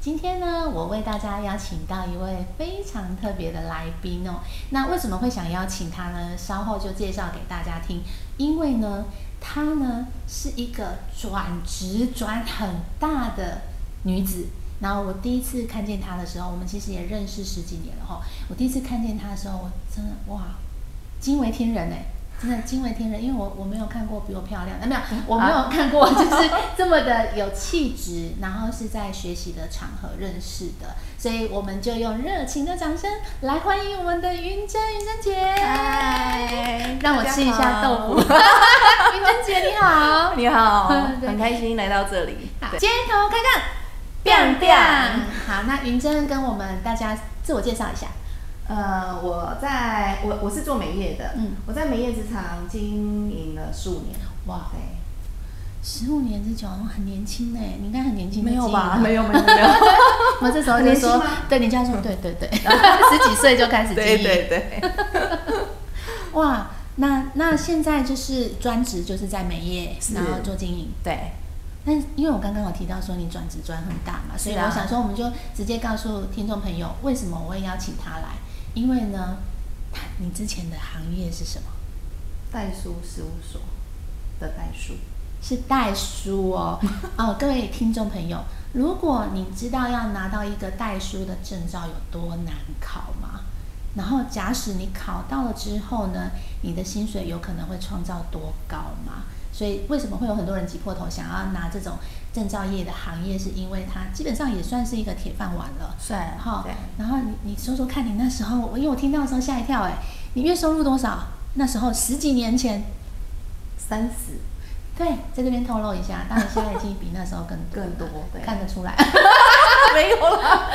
今天呢，我为大家邀请到一位非常特别的来宾哦。那为什么会想邀请他呢？稍后就介绍给大家听。因为呢，她呢是一个转职转很大的女子。然后我第一次看见她的时候，我们其实也认识十几年了哈、我第一次看见她的时候，我真的哇，惊为天人哎、真的惊为天人，因为我我没有看过比我漂亮，啊没有，嗯我没有看啊过就是这么的有气质，然后是在学习的场合认识的，所以我们就用热情的掌声来欢迎我们的云珍云珍姐，嗨，让我吃一下豆大腐家好。 云珍姐你好，你 好，对很开心来到这里。好对街头开杠， biang biang 好，那云珍跟我们大家自我介绍一下，呃，我在我我是做美业的，嗯我在美业职场经营了十五年。哇对，十五年之久，很年轻呢，欸你应该很年轻，没有没有没有，我这时候很就年轻说吗，对，你这样说，对对 对，十几岁就开始经 对营，对对，哇，那那现在就是专职就是在美业，是然后做经营。对，但因为我刚刚有提到说你转职转很大嘛，所以是啊我想说我们就直接告诉听众朋友为什么我会邀请他来，因为呢，他你之前的行业是什么？代书事务所的代书，是代书哦。 哦，各位听众朋友，如果你知道要拿到一个代书的证照有多难考吗？然后，假使你考到了之后呢，你的薪水有可能会创造多高吗？所以，为什么会有很多人挤破头想要拿这种证照业的行业？是因为它基本上也算是一个铁饭碗了。算好对，，然后你你说说看你那时候，我因为我听到的时候吓一跳、哎，你月收入多少？那时候十几年前，三十对，在这边透露一下，当然现在已经比那时候更 多更多了对嗯看得出来。啊没有 啦，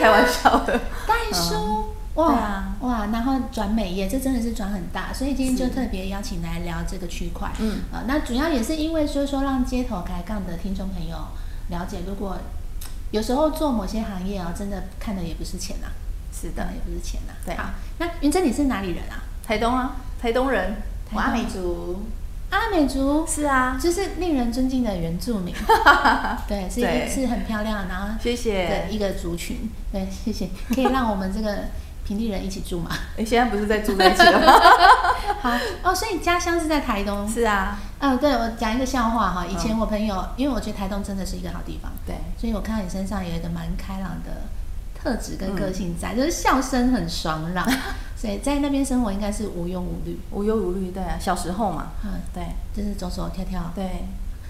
开玩笑的。代书、对哇、啊哇，然后转美业，这真的是转很大，所以今天就是特别邀请来聊这个区块。嗯呃，那主要也是因为说说让街头开杠的听众朋友了解，如果有时候做某些行业啊，真的看的也不是钱呐、是看的的，也不是钱呐、对好，那云珍你是哪里人啊？台东啊，台东人，台东我阿美族。阿美族，是啊，就是令人尊敬的原住 民。对，是一个对是很漂亮，然后谢的谢。一个族群。对，谢谢，可以让我们这个平地人一起住嘛？你现在不是在住在一起了吗？好哦，所以家乡 是在台东。是啊，嗯、对我讲一个笑话哈，以前我朋友，因为我觉得台东真的是一个好地方，对，所以我看到你身上有一个蛮开朗的特质跟个性在，就是笑声很爽朗，所以在那边生活应该是无忧无虑，无忧无虑，对啊，小时候嘛，嗯，对就是走走跳跳。对，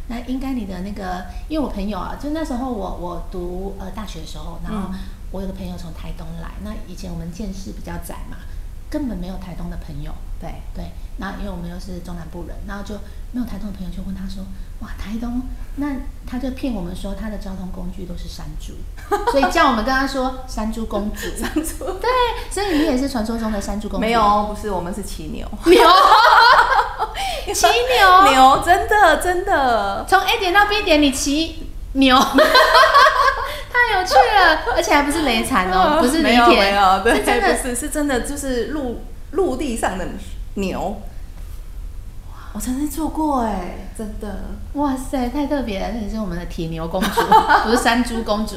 那应该你的那个，因为我朋友啊，就那时候我我读呃大学的时候，然后嗯我有个朋友从台东来，那以前我们见识比较窄嘛，根本没有台东的朋友，对，对，那因为我们又是中南部人，然后就没有台东的朋友就问他说，哇，台东，那他就骗我们说他的交通工具都是山 猪，所以叫我们跟他说山猪公主，山猪，对，所以你也是传说中的山猪公主，没有哦，不是，我们是骑牛， 牛，骑牛，牛真的真的，从 A 点到 B 点，你骑 牛，太有趣了，而且还不是雷 残哦，不是没犁有没田，有，对，是真的不是是真的，就是陆陆地上的牛，我曾经做过哎，真的，哇塞，太特别了！那你是我们的铁牛公主，不是山猪 公主。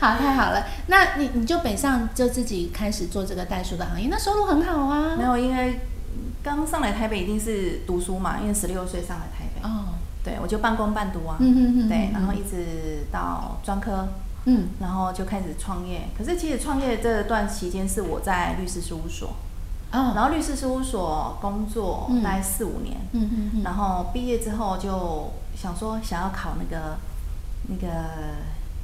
好，太好了。那你你就北上就自己开始做这个代书的行业，那收入很好啊。没有，因为刚上来台北一定是读书嘛，因为十六岁上来台北，哦，对我就半工半读啊，嗯哼哼，对，然后嗯一直到专科，嗯然后就开始创业。可是其实创业这段期间是我在律师事务所，哦，然后律师事务所工作嗯大概四五年，嗯嗯嗯，然后毕业之后就想说想要考那个那个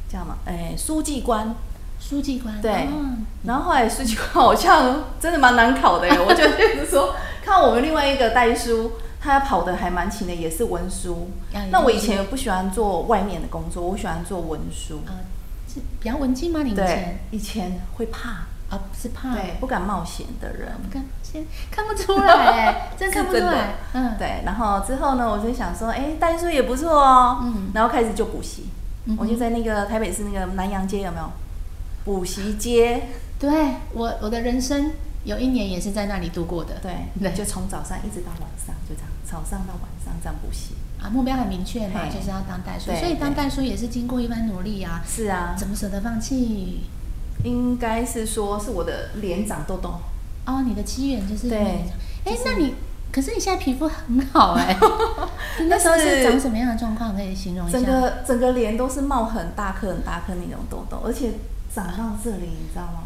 叫什么？哎，书记官。书记官对哦然后后来书记官 好像真的蛮难考的耶，我就一直说， 看我们另外一个代书，他跑的还蛮勤的，也是文书啊也是。那我以前不喜欢做外面的工作，我喜欢做文书。呃是比较文静吗？你以对前，以前会怕，啊，不是怕，对，不敢冒险的人。看现看不出 来，真看不出是真的来，嗯，对，然后之后呢，我就想说，哎，代书也不错哦，嗯然后开始就补习，我就在那个台北市那个南洋街有没有补习街？对我我的人生有一年也是在那里度过的，对，对，就从早上一直到晚上，就这样，早上到晚上这样补习。啊，目标很明确嘛，嘿就是要当代书，对所以当对代书也是经过一番努力啊，是啊，怎么舍得放弃？应该是说是我的连长豆豆，哦，你的机缘就是对哎，那你可是你现在皮肤很好 哎，你那时候是是长什么样的状况？可以形容一整下？个整个脸都是冒很大颗很大颗那种痘痘，而且长到这里，你知道吗？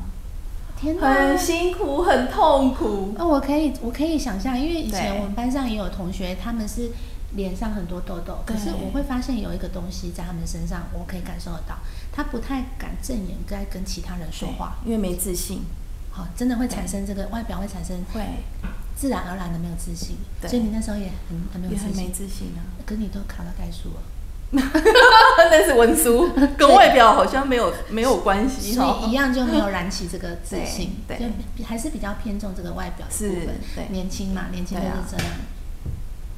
天哪很！辛苦，很痛苦。哦，我可以，我可以想象，因为以前对我们班上也有同学，他们是脸上很多痘痘，可对是我会发现有一个东西在他们身上，我可以感受得到，他不太敢正眼在跟其他人说话，因为没自信，好、真的会产生这个外表会产生会自然而然的没有自信，对所以你那时候也很很没有也很自没信，自信啊。可你都考到代数了， 那是文 书，跟外表好像没有没有关系所以哈。一样就没有燃起这个自信，对对就还是比较偏重这个外表的是部分。对年轻嘛，年轻就对啊是这样。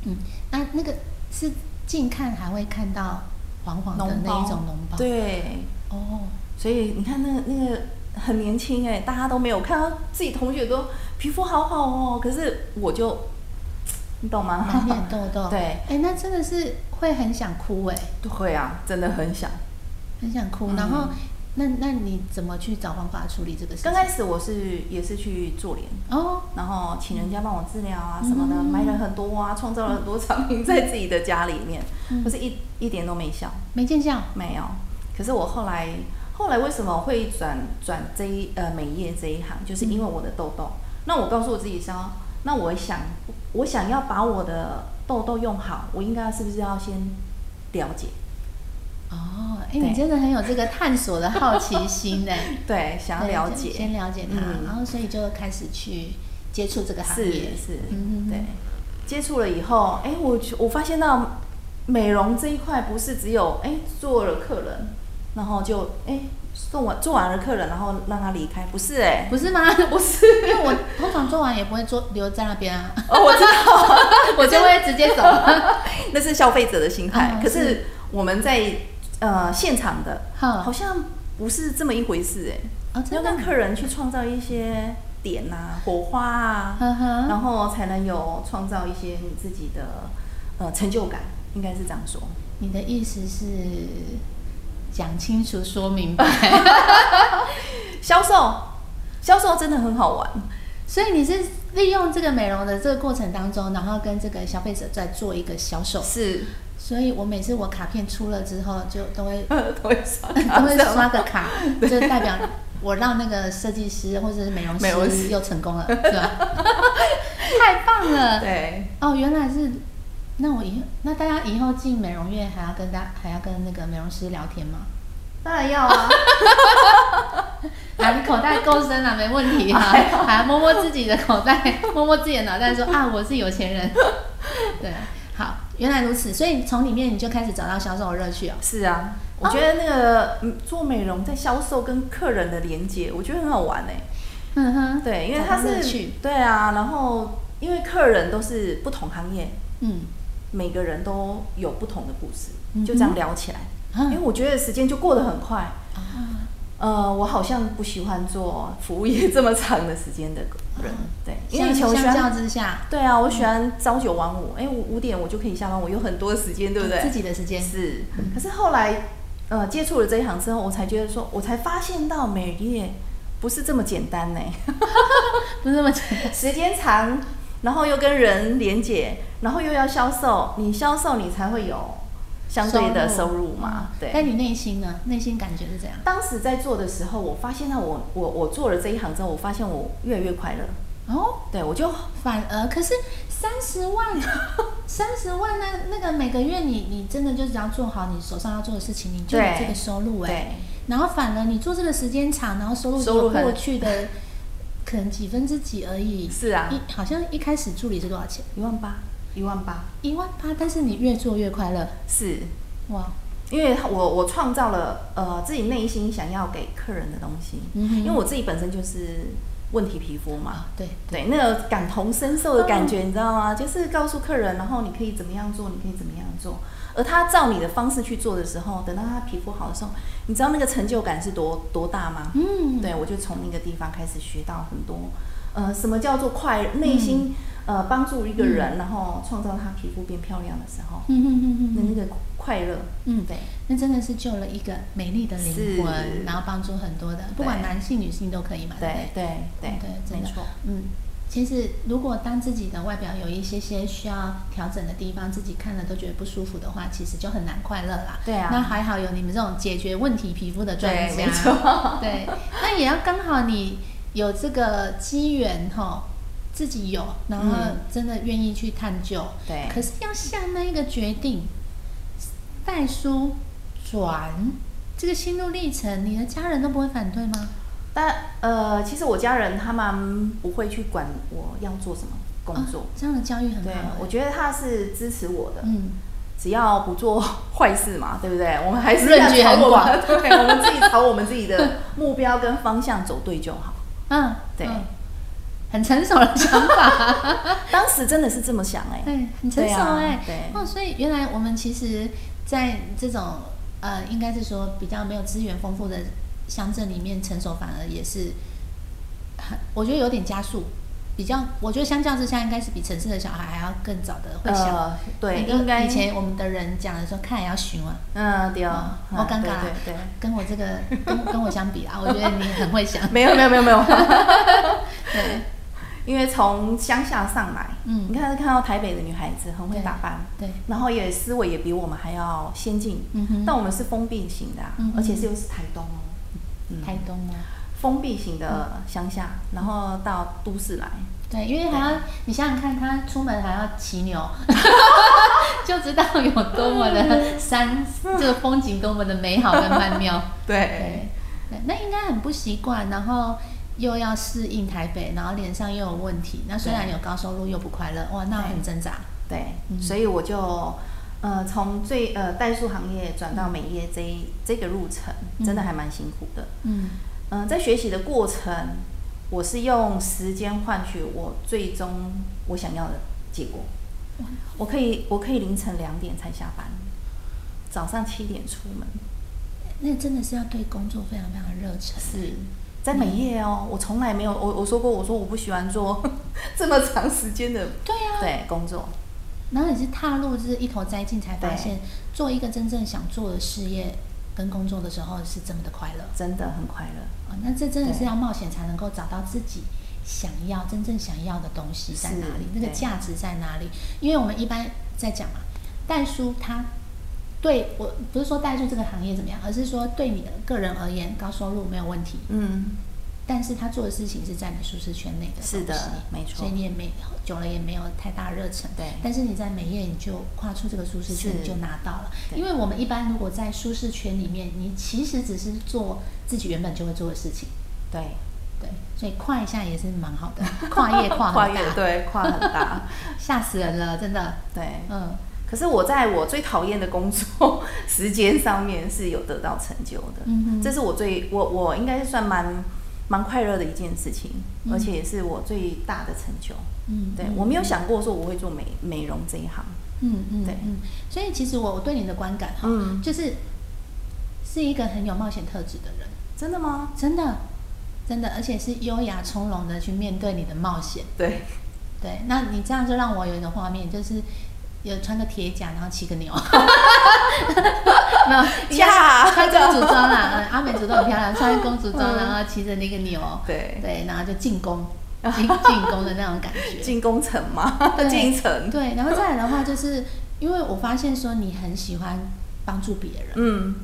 嗯，那那个是近看还会看到黄黄的那一种脓包，，对，哦，所以你看那个那个很年轻哎、大家都没有看到自己同学都皮肤好好哦，可是我就，你懂吗？满脸 痘痘，对，哎，那真的是会很想哭哎，会啊，真的很想。很想哭。嗯然后，那那你怎么去找方法处理这个事情？刚开始我是也是去做脸，哦，然后请人家帮我治疗啊什么的，买了很多啊，创造了很多产品在自己的家里面，可是一一点都没效。没见效，没有。可是我后来后来为什么会转转这一呃美业这一行，就是因为我的痘痘。嗯那我告诉我自己说，那我想我想要把我的痘痘用好，我应该是不是要先了解？哦，哎，对你真的很有这个探索的好奇心哎。 对，想要对了就解，先了解它，嗯然后所以就开始去接触这个行是业。是，嗯嗯嗯对。接触了以后，哎，我觉我发现到美容这一块不是只有哎做了客人，然后就哎做完做完了客人，然后让他离开，不是哎、不是吗？ 不是，因为我通常做完也不会做留在那边啊，哦，我知道，我就会直接走。 那是消费者的心态。嗯可是啊是我们在呃现场的，哼好像不是这么一回事哎、哦，真要的跟吗，客人去创造一些点呐、火花啊， 呵哦呵然后才能有创造一些你自己的呃成就感，应该是这样说。你的意思是讲清楚、说明白， 销售，销售真的很好玩，所以你是利用这个美容的这个过程当中，然后跟这个消费者在做一个销售。是， 所以我每次我卡片出了之后，就都会呃都会 刷卡，都会刷个卡，就代表我让那个设计师或者是美容美容师师又成功了，是吧？ 太棒了！对，哦，原来是，那我以后那大家以后进美容院还要跟大还要跟那个美容师聊天吗？当然要啊。啊，你口袋够深啊，没问题啊，还摸摸自己的口袋，摸摸自己的脑袋说，啊，我是有钱人。对，好，原来如此，所以从里面你就开始找到销售的乐趣哦。是啊，我觉得那个、嗯做美容在销售跟客人的连接，我觉得很好玩哎、嗯哼，对，因为它找到乐是趣，对啊，然后因为客人都是不同行业，嗯，每个人都有不同的故事，嗯哼就这样聊起来。因为啊我觉得时间就过得很快，啊。呃，我好像不喜欢做服务业这么长的时间的人，嗯对，因为以前相我喜相较欢。之下，对啊，我喜欢朝九晚五，哎，五五点我就可以下班，我有很多时间，对不对？自己的时间是，可是后来，呃，接触了这一行之后，我才觉得说，我才发现到美业不是这么简单 呢、不是那么简单。时间长，然后又跟人连接，然后又要销售，你销售你才会有相对的收入嘛，嗯对。但你内心呢？内心感觉是怎样？嗯当时在做的时候，我发现到我我我做了这一行之后，我发现我越来越快乐，哦，对我就反而可是三十 万，三十万那那个每个月你你真的就只要做好你手上要做的事情，你就有对这个收入哎、对然后反而你做这个时间长，然后收入只收有入很过去 的可能几分之几而已。是啊一好像一开始助理是多少钱？一万八，一万八一万八，但是你越做越快乐，是，哇！因为我我创造了呃自己内心想要给客人的东西，嗯啊哼因为我自己本身就是问题皮肤嘛，对，对，那个感同身受的感觉，你知道吗？就是告诉客人，然后你可以怎么样做，你可以怎么样做，而他照你的方式去做的时候，等到他皮肤好的时候，你知道那个成就感是多多大吗？嗯，对，我就从那个地方开始学到很多，呃，什么叫做快内心、呃帮助一个人，然后创造他皮肤变漂亮的时候，嗯哼哼哼那哼那个快乐，嗯对，那真的是救了一个美丽的灵魂，是然后帮助很多的，不管男性女性都可以嘛，对不对对对对，真没的错，，嗯。其实，如果当自己的外表有一些些需要调整的地方，自己看了都觉得不舒服的话，其实就很难快乐啦。对啊那还好有你们这种解决问题皮肤的专对，家。没错， 对，那也要刚好你有这个机缘哈，自己有，然后嗯真的愿意去探究。对可是要下那一个决定，带书转这个心路历程，你的家人都不会反对吗？但呃，其实我家人他们不会去管我要做什么工作，啊这样的教育很好对欸。，我觉得他是支持我的，嗯，只要不做坏事嘛，对不对？我们还是要论据朝很我广们，对，我们自己朝我们自己的目标跟方向走对就好。嗯，对嗯很成熟的想法，当时真的是这么想哎、 对，很成对熟啊哎、对哦，所以原来我们其实，在这种呃，应该是说比较没有资源丰富的乡镇里面，成熟反而也是很，我觉得有点加速。比较，我觉得相较之下，应该是比城市的小孩还要更早的会想。呃，对，那个应该以前我们的人讲的说，看也要寻啊，嗯，对哦，嗯好尴尬对啊对对，跟我这个跟跟我相比啊，我觉得你很 会想。没有没有没有没有， 对， 因为从乡下上来，嗯你看看到台北的女孩子很会对打扮，对，然后也思维也比我们还要先进，嗯哼但我们是封闭型的、啊，嗯哼而且是又是台东哦，嗯台东啊吗？封闭型的乡下，然后到都市来，对，因为还要你想想看，他出门还要骑 牛，就知道有多么嗯的山，这个风景多么的美好跟 曼妙。对，对那应该很不习惯，然后又要适应台北，然后脸上又有问题，那虽然有高收入又不快乐，哇，那很挣扎。对，嗯所以我就呃从最呃代数行业转嗯到美业这一这个路程，真的还蛮辛苦的。嗯嗯、在学习的过程，我是用时间换取我最终我想要的结果。我可以我可以凌晨两点才下班，早上七点出门，那真的是要对工作非常非常热忱。是在美业哦，我从来没有我我说过，我说我不喜欢做 这么长时间的对啊，对工作，然后你是踏入就是一头栽进，才发对现做一个真正想做的事业跟工作的时候是这么的快乐。真的很快乐。哦，那这真的是对要冒险才能够找到自己想要真正想要的东西在是哪里，那个对价值在哪里？因为我们一般在讲嘛，代书它对我不是说代书这个行业怎么样，而是说对你的个人而言，高收入没有问题，嗯，但是他做的事情是在你舒适圈内的东西，是的没错所以你也没久了也没有太大热忱，对但是你在美业你就跨出这个舒适圈，是你就拿到了。对因为我们一般如果在舒适圈里面，你其实只是做自己原本就会做的事情，对。对，所以跨一下也是蛮好的，跨越 跨跨很越大，，对，跨很大， 吓死人了，真的，对。嗯，可是我在我最讨厌的工作 时间上面是有得到成就的，嗯哼这是我最我我应该是算蛮蛮快乐的一件事情，嗯而且也是我最大的成就。嗯对嗯我没有想过说我会做美美容这一行，嗯嗯，对嗯，所以其实我我对你的观感哈，嗯就是是一个很有冒险特质的人。真的吗？真的，真的，而且是优雅从容的去面对你的冒险。 对，对，那你这样就让我有一个画面，就是有穿个铁甲，然后骑个 牛，没有，应该驾 是穿公主装啦，嗯，阿美族都很漂亮，穿公主嗯装，然后骑着那个牛，对对，然后就进攻， 进进攻的那种感觉，进工程嘛，对 进城，对，然后再来的话，就是因为我发现说你很喜欢帮助别人。嗯，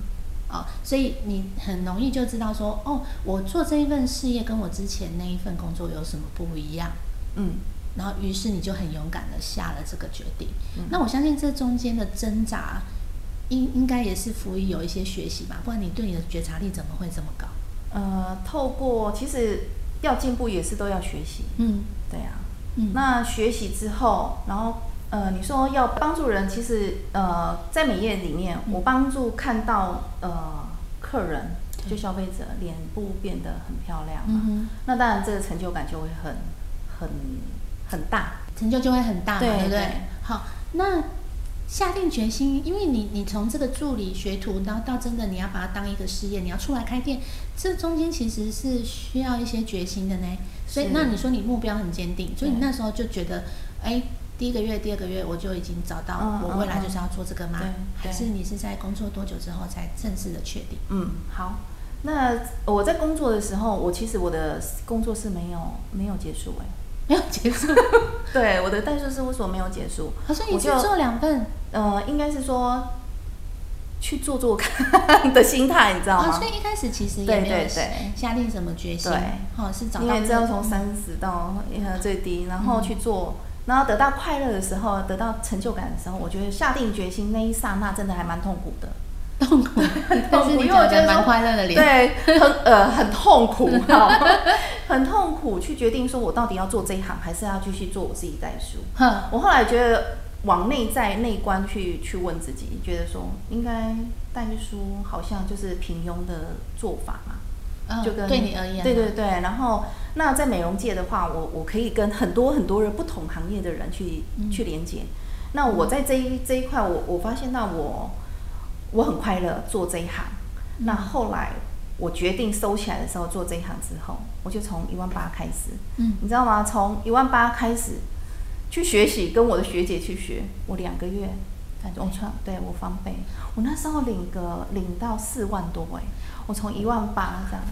哦，所以你很容易就知道说，哦，我做这一份事业跟我之前那一份工作有什么不一样，嗯，然后于是你就很勇敢的下了这个决定。嗯那我相信这中间的挣扎，应应该也是辅以有一些学习吧，不然你对你的觉察力怎么会这么高？呃，透过其实要进步也是都要学习，嗯对啊，嗯那学习之后，然后呃，你说要帮助人，其实呃，在美业里面，嗯我帮助看到呃客人就消费者脸部变得很漂亮嘛，嗯那当然这个成就感就会很很很大。哼，成就就会很大嘛，对不对对？好，那下定决心，因为你你从这个助理学徒，然后到真的你要把它当一个事业，你要出来开店，这中间其实是需要一些决心的呢。所以是那你说你目标很坚定，所以你对那时候就觉得，哎。第一个月、第二个月，我就已经找到嗯我嗯未来就是嗯要做这个吗？对还对是你是在工作多久之后才正式的确 定？嗯，好。那我在工作的时候，我其实我的工作是没有没有结束哎、没有结束，对，我的代数事务所没有结束，好像一我次就做两份呃，应该是说去做做看的心态，你知道啊、吗？所以一开始其实也对没有对对下定什么决心对，好、是找你到也知道那个从三十到呃最低，然后去做，然后得到快乐的时候，得到成就感的时候，我觉得下定决心那一刹那真的还蛮痛苦的。痛苦，但是痛苦你因为我讲觉得的说蛮快乐的脸，对，很呃很痛苦，好 吗很痛苦去决定说我到底要做这一行，还是要继续做我自己代书。哼，我后来觉得往内在内观去去问自己，觉得说应该代书好像就是平庸的做法嘛。嗯，就跟对你而言，对对，对。然后，那在美容界的话，我我可以跟很多很多人不同行业的人去、嗯去连接。那我在这一这一块，我我发现到我我很快乐做这一行。嗯那后来我决定收起来的时候，做这一行之后，我就从一万八开始，嗯，你知道吗？从一万八开始去学习，跟我的学姐去学，我两个月。翻倍我穿对我翻倍，我那时候领个领到四万多哎、我从一万八这样，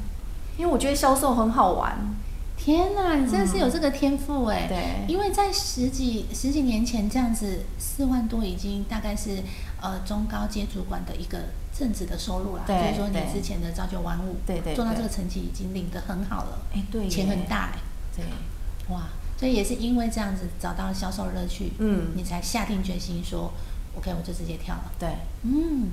因为我觉得销售很好玩，天哪，你真的是有这个天赋哎、对因为在十几十几年前这样子，四万多已经大概是呃中高阶主管的一个正职的收入啦，对就是说你对之前的朝九晚五，对对做到这个对成绩已经领得很好了，哎对耶钱很大哎、对，哇，所以也是因为这样子找到了销售乐趣，嗯你才下定决心说，OK，我就直接跳了。对，嗯，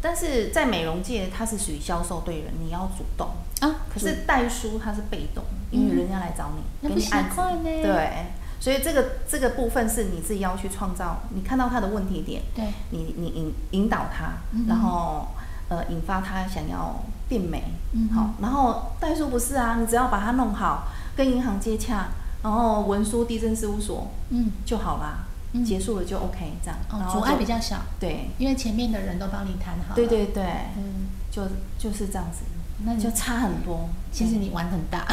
但是在美容界它是属于销售对人，你要主动，啊，可是代书它是被动，因为人家来找你，嗯那给不你习案子惯呢，对，所以这个这个部分是你自己要去创造，你看到他的问题点，对，你你引引导他，嗯然后呃引发他想要变美，嗯哼好，然后代数不是啊，你只要把它弄好，跟银行接洽，然后文书地震事务所嗯，就好啦，嗯结束了就 OK 这样，然哦，后阻碍就比较小，对，因为前面的人都帮你谈好了。对，对对，嗯，就就是这样子，那你就差很多，其实你玩很 大，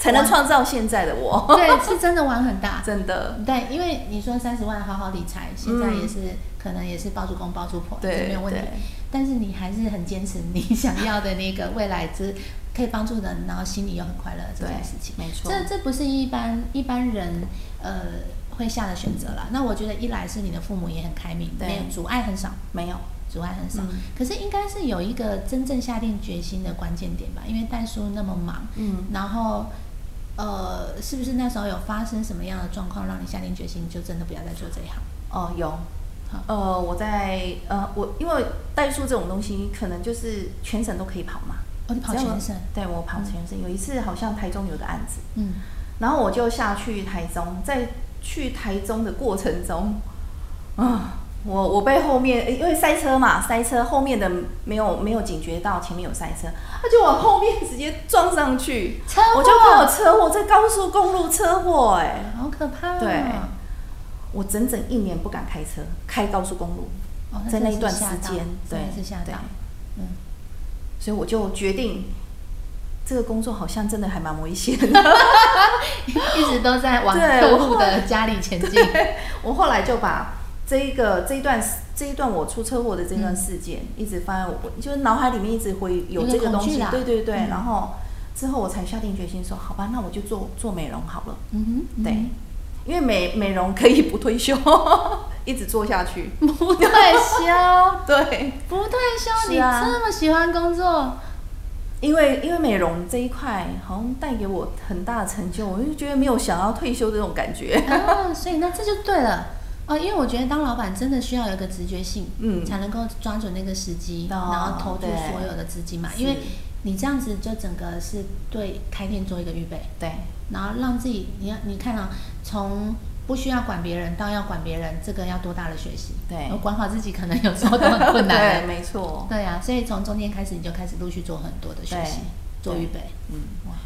才能创造现在的我， 对，是真的玩很大。真的，对，因为你说三十万好好理财，现在也是、可能也是包租公包租婆，嗯对这没有问题对。但是你还是很坚持你 想要的那个未来之可以帮助人，然后心里又很快乐这对件事情。，没错，这这不是一般一般人呃会下的选择啦。那我觉得一来是你的父母也很开明，对没有阻碍很少，没有，阻碍很少。嗯可是应该是有一个真正下定决心的关键点吧，因为戴叔那么忙，嗯。然后。呃，是不是那时候有发生什么样的状况，让你下定决心就真的不要再做这一行？哦，有好。呃，我在呃，我因为代数这种东西，可能就是全省都可以跑嘛。哦，你跑只要全嗯我省，对我跑全省。有一次好像台中有个案子，嗯，然后我就下去台中，在去台中的过程中，啊，我我被后面因为塞车嘛，塞车后面的没有没有警觉到前面有塞车，他就往后面直接撞上去，车祸我就看到车祸，在高速公路车祸、哎，好可怕、哦。对我整整一年不敢开车，开高速公路。哦，在那真一的段是时吓到间，对真的是吓对到。嗯， 所以我就决定，这个工作好像真的还蛮危险的。一直都在往对客我户后来的家里前进。 我后来就把这一个这一段这一段我出车祸的这嗯段事件，一直放在我就是脑海里面一直会有这个东有一个恐惧西啦，对对对。嗯然后之后我才下定决心说，好吧，那我就做做美容好了。嗯哼，对，因为美美容可以不退休， 一直做下去。嗯， 不退休，对，不退休，你是啊这么喜欢工作，因为因为美容这一块好像带给我很大的成就，我就觉得没有想要退休这种感觉。哦，所以那这就对了。哦，因为我觉得当老板真的需要有一个直觉性， 嗯才能够抓准那个时机，哦然后投注对所有的资金嘛。是因为你这样子就整个是对开店做一个预备，对，然后让自己，你要你看啊，从不需要管别人，到要管别人，这个要多大的学习？对我管好自己可能有时候都很困 难对，的。没错，对啊，所以从中间开始，你就开始陆续做很多的学习对，做预备。嗯，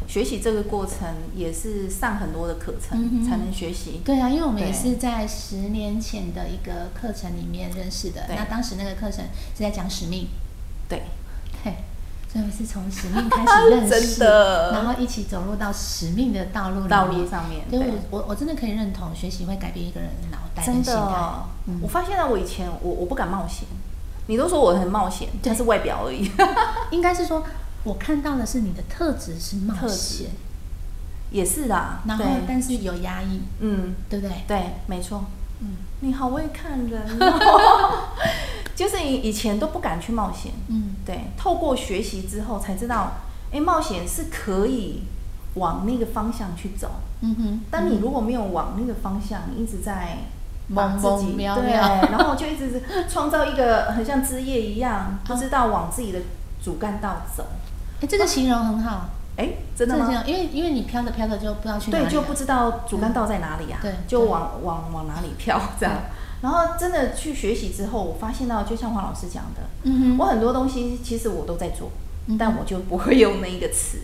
学习这个过程也是上很多的课嗯哼程才能学习，对啊，因为我们也对是在十年前的一个课程里面认识的。对那当时那个课程是在讲使命，对，对，所以我们是从使命开始认 真识，的然后一起走入到使命的道路里面道路上面对对我我我真的可以认同，学习会改变一个人的脑袋真跟的心态哦。，嗯我发现了，我以前我我不敢冒险，你都说我很冒险，对但是外表而已， 应该是说，我看到的是你的特质是冒特质险，也是啦，然后对但是有压抑，嗯，对不对？对，没错，嗯你好会看人哦， 就是以以前都不敢去冒险，嗯，对，透过学习之后才知道，哎，冒险是可以往那个方向去走，嗯哼，但你如果没有往那个方向，一直在把懵自懵己喵对，啊喵然后就一直创造一个很像枝叶一样，不知道往自己的主干道走。 哎，这个形容很好，哎，啊真的这个形吗？容，因为因为你飘着飘着就不知道去哪里对，了，就不知道主干道在哪里啊，对对就往往往哪里飘这样。然后真的去学习之后，我发现到，就像黄老师讲的，嗯我哼，很多东西其实我都在做嗯，但我就不会用那一个词。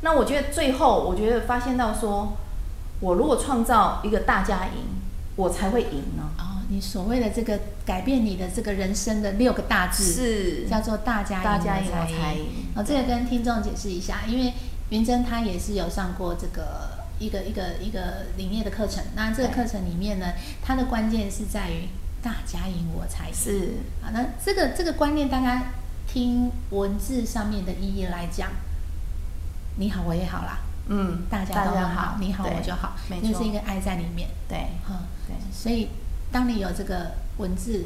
那我觉得最后，我觉得发现到说，我如果创造一个大家赢，我才会赢呢。哦，你所谓的这个改变你的这个人生的六个大字，是叫做大家大家赢赢我我才才赢赢。哦，这个跟听众解释一下，因为云珍她也是有上过这个一个一个一个林业的课程。那这个对课程里面呢，它的关键是在于大家赢我才赢。是，啊，那这个这个观念，大家听文字上面的意义来讲，你好我也好啦，嗯，大家都好，好，你好对我就好，没那错，是一个爱在里面。对哈、对所以，当你有这个文字，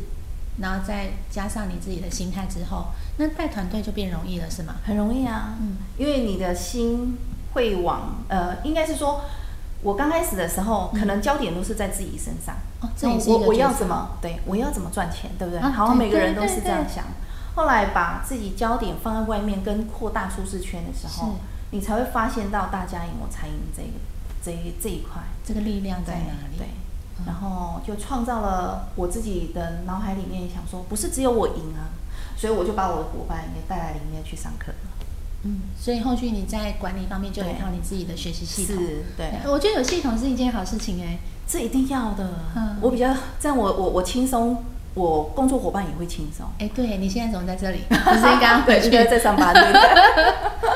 然后再加上你自己的心态之后，那带团队就变容易了，是吗？很容易啊，嗯因为你的心会往呃，应该是说，我刚开始的时候，可嗯能焦点都是在自己身上，哦这那也是一我个我要诀窍怎么对，我要怎么赚钱，对不对？啊好像对每个人对都对是这样对想。后来把自己焦点放在外面，跟扩大舒适圈的时是候，你才会发现到大家赢我才赢这个这一这一块。这个力量在哪里？对嗯，然后就创造了我自己的脑海里面想说，不是只有我赢啊，所以我就把我的伙伴也带来里面去上课。嗯，所以后续你在管理方面就有一对套你自己的学习系统。是，对，我觉得有系统是一件好事情哎、这一定要的。嗯我比较这样我，我我轻松，我工作伙伴也会轻松。哎、对你现在怎么在这 里？不是应该要回去？现在在上班，对不对？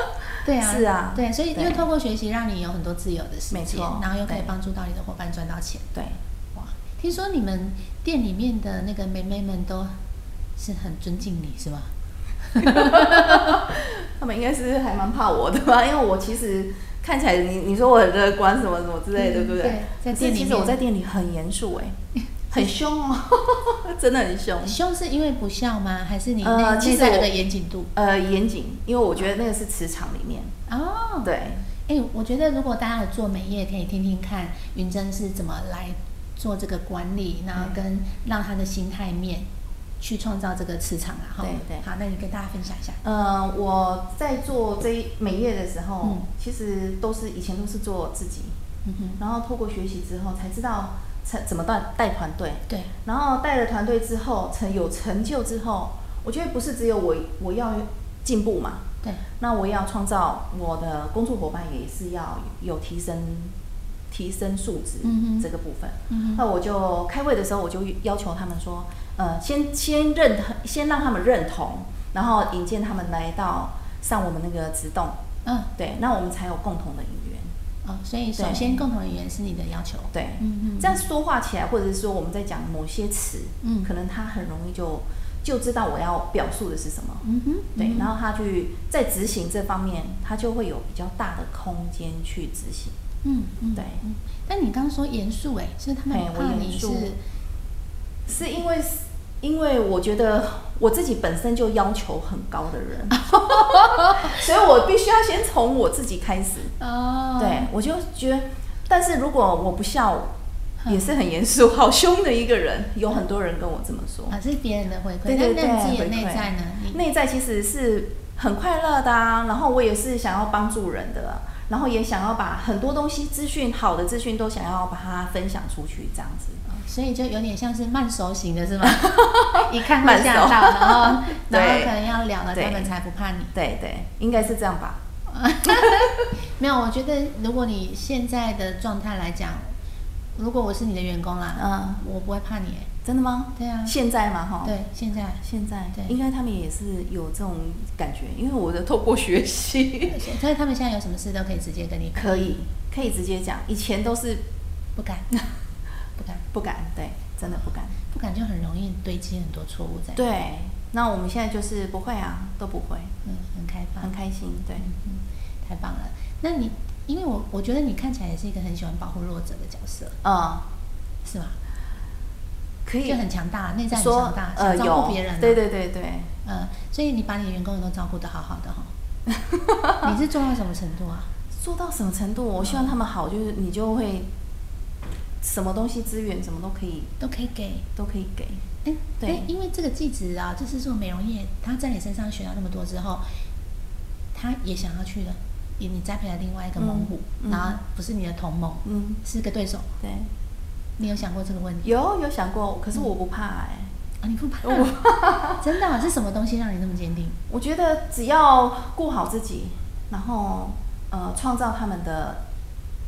对啊，是啊对，所以因为对透过学习，让你有很多自由的时没间错，然后又可以对帮助到你的伙伴赚到钱。 对，哇，听说你们店里面的那个妹妹们都是很尊敬你，是吧？ 他们应该是还蛮怕我的吧，因为我其实看起来你你说我很乐观什么什么之类的，嗯对不对可在是店里其实面我在店里很严肃 哎，很凶哦，真的很凶。凶是因为不孝吗？还是你内、嗯呃其内实在我的严谨度？呃，严谨，因为我觉得那个是磁场里面，哦，对，哎、我觉得如果大家有做美业，可以听听看云珍是怎么来做这个管理，然后跟让她的心态面去创造这个磁场啊。哈对对好，那你跟大家分享一下。呃，我在做这一美业的时候，嗯其实都是以前都是做自己，嗯哼，然后透过学习之后才知道才怎么带带团队，对，然后带了团队之后成有成就之后，我觉得不是只有我我要进步嘛，对，那我也要创造我的工作伙伴也是要有提升提升素质嗯哼这个部分。嗯那我就开会的时候，我就要求他们说，呃，先先认同，先让他们认同，然后引荐他们来到上我们那个直动，嗯，对，那我们才有共同的语言，哦，所以首对先共同的语言是你的要求。对，嗯嗯这样说话起来，或者是说我们在讲某些词，嗯可能他很容易就就知道我要表述的是什么，嗯哼，嗯对，哼然后他去在执行这方面，他就会有比较大的空间去执行，嗯嗯，对嗯。但你刚刚说严肃，哎，是他们哎我怕你严是肃是因为因为我觉得我自己本身就要求很高的 人，所以我必须要先从我自己开始。哦，对，我就觉得，但是如果我不笑，嗯也是很严肃、好凶的一个人。有很多人跟我这么说，啊，是别人的回馈，对对但那你自己的对内回馈在呢？你内在其实是很快乐的啊，然后我也是想要帮助人的啊、然后也想要把很多东西资讯好的资讯都想要把它分享出去，这样子。所以就有点像是慢熟型的 是吗？一看会吓到，然后然后对可能要聊了，对他们才不怕你。对对，应该是这样吧。没有，我觉得如果你现在的状态来讲，如果我是你的员工啦，嗯，哦我不会怕你耶。真的吗？对啊现在嘛，哈。。对，现在现在对应该他们也是有这种感觉，因为我的透过学 习所以他们现在有什么事都可以直接跟你讲，可以可以直接讲，以前都是 不敢，不敢，不敢，对，真的不敢。不敢就很容易堆积很多错误在。，对，那我们现在就是不会啊，都不会，嗯，很开放很，开心。对，嗯，太棒了。那你，因为我我觉得你看起来也是一个很喜欢保护弱者的角色，嗯，是吗？可以就很强大，内在很说强大，呃想照有顾别人、啊，对，对对对，呃，所以你把你的员工都照顾得好好 的哈、哦。你是做到什么程度啊？做到什么程度？我希嗯望他们好，就是你就会什么东西资源什么都可以都可以给。都可以给。哎，对哎因为这个技职啊，就是做美容业，他在你身上学到那么多之后，他也想要去了，你你栽培了另外一个猛虎，嗯嗯然后不是你的同盟，嗯，是个对手。对，你有想过这个问题？有有想过，可是我不怕哎、啊，你不怕？我不怕 真的啊、是什么东西让你那么坚定？我觉得只要顾好自己，然后呃创造他们的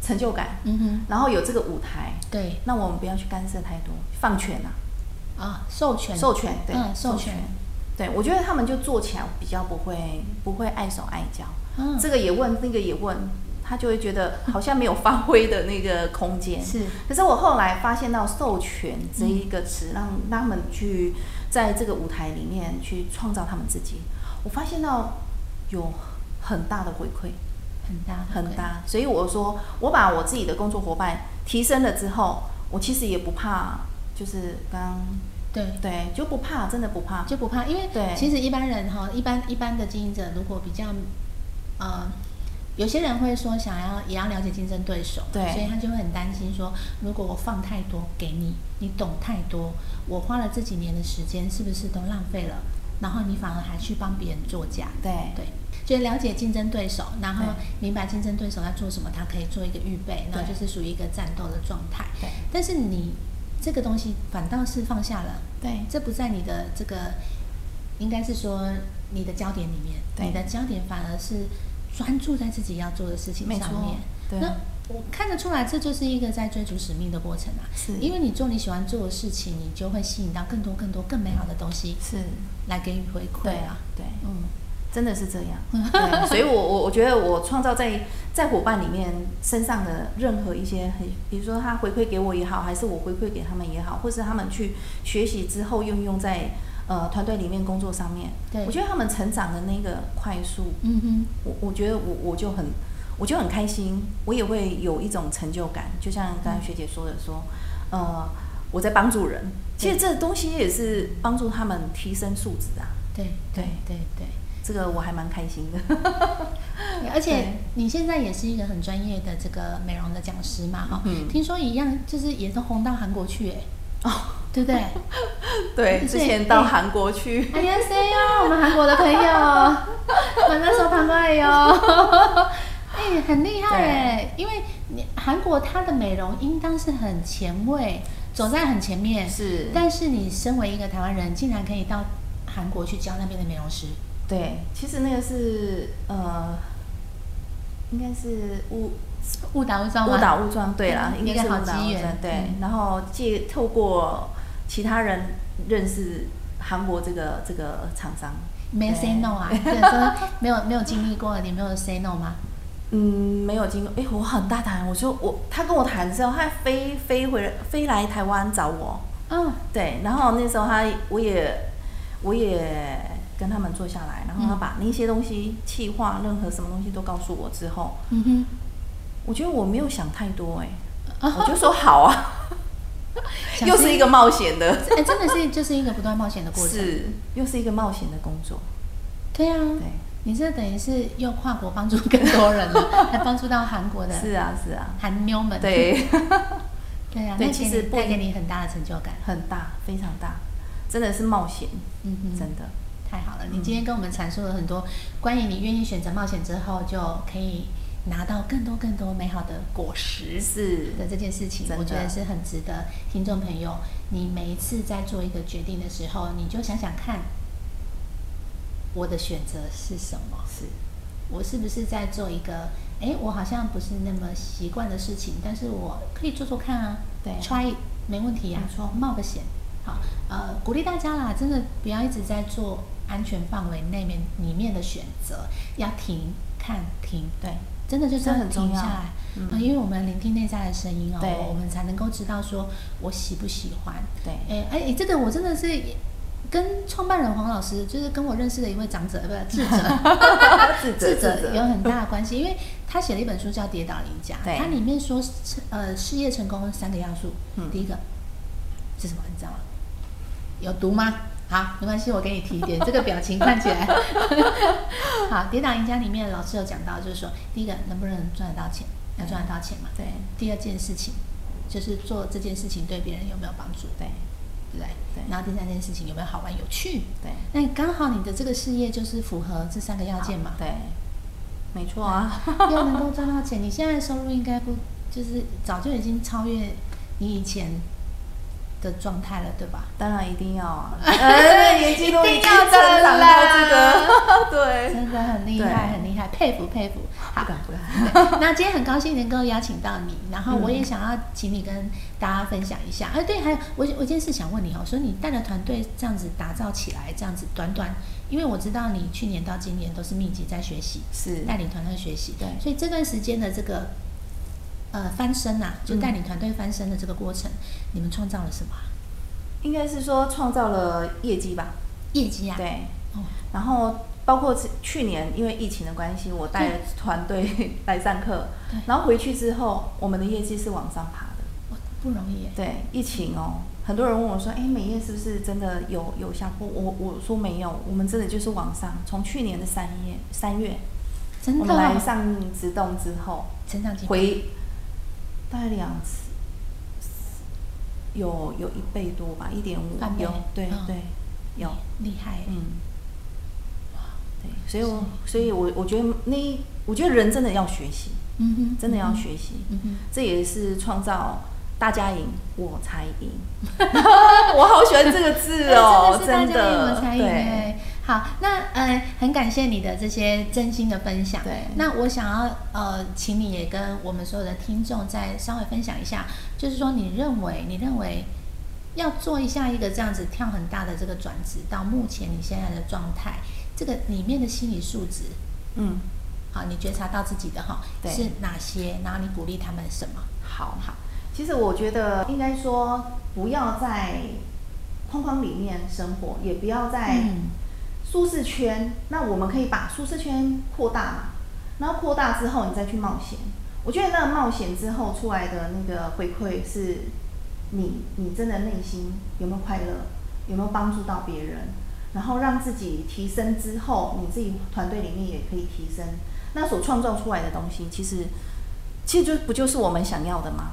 成就感，嗯哼，然后有这个舞台，对那我们不要去干涉太多，放权啊，啊，授权，授权对，嗯，授权，对，我觉得他们就做起来比较不会不会碍手碍脚，嗯，这个也问那个也问，他就会觉得好像没有发挥的那个空间。是，可是我后来发现到“授权”这一个词，让让他们去在这个舞台里面去创造他们自己，我发现到有很大的回馈，很大很，大。所以我说，我把我自己的工作伙伴提升了之后，我其实也不怕，就是刚对。对就不怕，真的不怕。就不怕，因为对其实一般人哈，一般一般的经营者如果比较，呃，有些人会说想要也要了解竞争对手，对所以他就会很担心说，如果我放太多给你，你懂太多，我花了这几年的时间是不是都浪费了？然后你反而还去帮别人作假，对对，就是了解竞争对手，然后对明白竞争对手要做什么，他可以做一个预备，然后对就是属于一个战斗的状态。对但是你这个东西反倒是放下了，对这不在你的这个，应该是说你的焦点里面，对你的焦点反而是专注在自己要做的事情没上错面。对那我看得出来，这就是一个在追逐使命的过程啊。是因为你做你喜欢做的事情，你就会吸引到更多、更多、更美好的东西是，来给予回馈啊。对。嗯，真的是这样，对所以我我我觉得我创造在在伙伴里面身上的任何一些很，比如说他回馈给我也好，还是我回馈给他们也好，或是他们去学习之后运用在呃团队里面工作上面，对我觉得他们成长的那个快速，嗯哼。我我觉得我我就很我就很开心，我也会有一种成就感，就像刚才学姐说的说，呃，我在帮助人，其实这东西也是帮助他们提升素质啊，对对对对，这个我还蛮开心的。 而且对你现在也是一个很专业的这个美容的讲师嘛，哈、嗯听说一样就是也都红到韩国去，哎，哦，对不对？对，对之前到韩国去， 안녕하세요，我们韩国的朋友，만나서반가워요。哎，很厉害哎，因为你韩国它的美容应当是很前卫，走在很前面。是但 是你身为一个台湾人，竟然可以到韩国去教那边的美容师，对，其实那个是呃，应该是误误打误撞吗？误打误撞，对啦，啊嗯应该是一个好误打机误缘撞，对嗯，然后借透过其他人认识韩国这个这个厂商，没 say 对 no 啊，就是说没有没有经历过，你没有 say no 吗？嗯，没有经过，哎，我很大胆，我说我他跟我谈之后，他还飞飞回来飞来台湾找我，嗯，对，然后那时候他我也我也跟他们坐下来，然后他嗯把那些东西气化，任何什么东西都告诉我之后，嗯我觉得我没有想太多哎、哼，我就说好啊， 想又是一个冒险的，哎，真的是就是一个不断冒险的过程。是又是一个冒险的工作，对啊，对，你这等于是又跨国帮助更多人了， 还帮助到韩国的是啊是 啊，韩妞们。对，对啊，对那其其实实不带给你很大的成就感。很大非常大，真的是冒险，嗯哼，真的，太好了！你今天跟我们阐述了很多关于你愿意选择冒险之后就可以拿到更多更多美好的果实。是的这件事情，真我觉得的是很值得听众朋友，你每一次在做一个决定的时候，你就想想看，我的选择是什么？是，我是不是在做一个，哎，我好像不是那么习惯的事情，但是我可以做做看啊，对嗯啊，try it，没问题呀、啊没错冒个险，好，呃，鼓励大家啦，真的不要一直在做安全范围内面里面的选择，要停、看、停，对，真的就是这很重停要下来，嗯呃因为我们聆听内在的声音哦对，我们才能够知道说我喜不喜欢，对哎哎，哎这个我真的是跟创办人黄老师，就是跟我认识的一位长者，呃不是智 者智者智者智者有很大的关系，因为他写了一本书叫《跌倒赢家》，对它里面说呃事业成功三个要素，嗯第一个是什么？你知道吗？有毒吗？好，没关系，我给你提一 点。这个表情看起来， 好，《跌倒赢家》里面老师有讲到，就是说，第一个能不能赚得到钱，要赚得到钱嘛。对第二件事情就是做这件事情对别人有没有帮助，对对不对？对然后第三件事情有没有好玩有趣？对，那你刚好你的这个事业就是符合这三个要件嘛？对，没错 啊， 又能够赚到钱，你现在的收入应该不就是早就已经超越你以前的状态了，对吧？当然一定要 啊， 呃，年纪都已经成长到这个， 对，真的很厉害，对很厉害，佩服佩服。好不，敢不敢，对那今天很高兴能够邀请到你，然后我也嗯想要请你跟大家分享一下。哎、对，还有我我有件事想问你哦，所以你带的团队这样子打造起来，这样子短短，因为我知道你去年到今年都是密集在学习，是带领团队学习，对所以这段时间的这个呃翻身呐、嗯就带领团队翻身的这个过程，你们创造了什么啊、应该是说创造了业绩吧，业绩啊？，对，哦，然后包括去去年因为疫情的关系，我带了团队 来上课对，然后回去之后，我们的业绩是往上爬的。我不容易耶。对，疫情哦，很多人问我说，哎，美业是不是真的有有下坡？我我说没有，我们真的就是往上，从去年的三月三月，真我的们来哦，上直动之后，成长几倍回大概两次，有有一倍多吧，一点五翻倍有，对嗯对，有，厉害耶，嗯，对，所以我所以我我觉得那一我觉得人真的要学习，嗯哼，真的要嗯哼学习，嗯哼这也是创造大家赢我才 赢， 我好喜欢这个字哦，哎真的真是大家赢我的，才赢对，哎。好，那呃，很感谢你的这些真心的分享。对那我想要呃，请你也跟我们所有的听众再稍微分享一下，就是说你认为你认为要做一下一个这样子跳很大的这个转职，到目前你现在的状态，这个里面的心理素质，嗯，好，你觉察到自己的哈对是哪些？然后你鼓励他们什么？好好。其实我觉得应该说，不要在框框里面生活，也不要在、嗯，舒适圈，那我们可以把舒适圈扩大嘛，然后扩大之后你再去冒险。我觉得那个冒险之后出来的那个回馈是你，你真的内心有没有快乐，有没有帮助到别人，然后让自己提升之后，你自己团队里面也可以提升，那所创造出来的东西，其实其实就不就是我们想要的吗？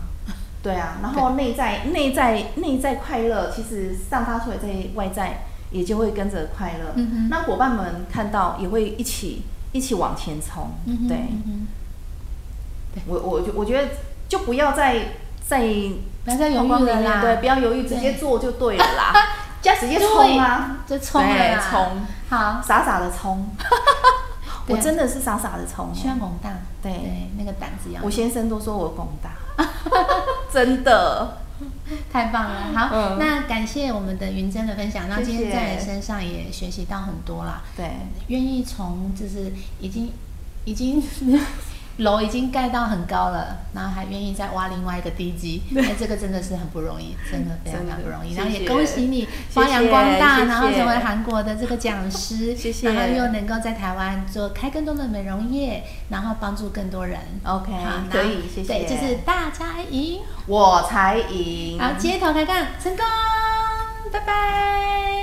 对啊，然后内在内在内在快乐，其实散发出来在外在也就会跟着快乐。嗯哼那伙伴们看到也会一起一起往前冲。嗯哼对、嗯哼我，我就我觉得就不要再再不要再犹豫框框里了面啦对，不要犹豫，直接对做就对了 啦，直接冲 啊，就冲了对啦，冲，好，傻傻的冲。 对啊我真的是傻傻的冲、需要猛大，对那个胆子要有，我先生都说我拱大， 真的。太棒了。好，嗯那感谢我们的云珍的分享，那谢谢今天在你身上也学习到很多啦。对，愿意从就是已经已经 楼已经盖到很高了，然后还愿意再挖另外一个地 基，那这个真的是很不容易，真的非常真非的常不容易。谢谢然后也恭喜你发扬光大，谢谢然后谢谢成为韩国的这个讲师，谢谢然后又能够在台湾做开更多的美容业，然后帮助更多人。 OK，哦好，那可以谢谢对，就是大家赢。我才赢。啊好，街头开杠成功，拜拜。